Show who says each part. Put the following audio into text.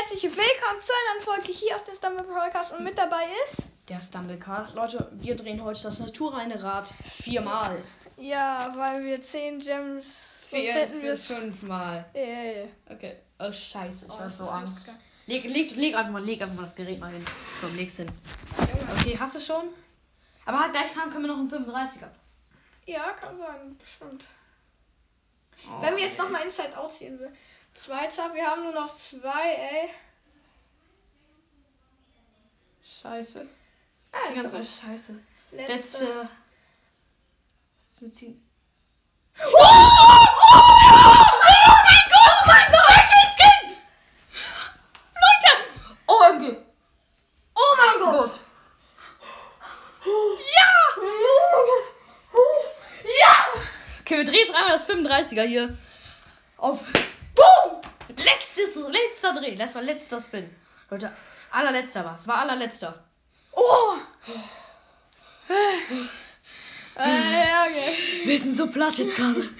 Speaker 1: herzlich willkommen zu einer Folge hier auf dem Stumble Podcast und mit dabei ist.
Speaker 2: Der Stumblecast. Leute, wir drehen heute das naturreine Rad viermal.
Speaker 1: Ja, weil wir 10 Gems. Sonst hätten wir es.
Speaker 2: fünfmal.
Speaker 1: Ja, ja, ja.
Speaker 2: Okay. Oh, scheiße. Ich
Speaker 1: Oh,
Speaker 2: hab
Speaker 1: das
Speaker 2: so
Speaker 1: ist
Speaker 2: Angst.
Speaker 1: geil.
Speaker 2: Leg, leg, leg einfach mal, leg einfach mal das Gerät mal hin. Komm, leg's hin. Okay, hast du schon? Aber halt gleich kann, können wir noch einen 35er.
Speaker 1: Ja, kann sein, bestimmt.
Speaker 2: Oh,
Speaker 1: Wenn wir jetzt nochmal Inside ausziehen will. Zweiter, wir haben nur noch zwei, ey.
Speaker 2: Scheiße.
Speaker 1: Ah,
Speaker 2: Die
Speaker 1: jetzt
Speaker 2: ganze
Speaker 1: aber
Speaker 2: Scheiße.
Speaker 1: letzte.
Speaker 2: Letzte. Was wir ziehen.
Speaker 1: Oh mein Gott!
Speaker 2: Leute! Orgel!
Speaker 1: Oh mein Gott!
Speaker 2: Gott!
Speaker 1: Ja! Ja!
Speaker 2: Okay, wir drehen jetzt einmal das 35er hier. Auf.
Speaker 1: Boom!
Speaker 2: Letztes, letzter Dreh. Das war letzter Spin. Leute, allerletzter war's. War allerletzter.
Speaker 1: Oh! Äh, ja, okay. Ah,
Speaker 2: Wir sind so platt jetzt gerade.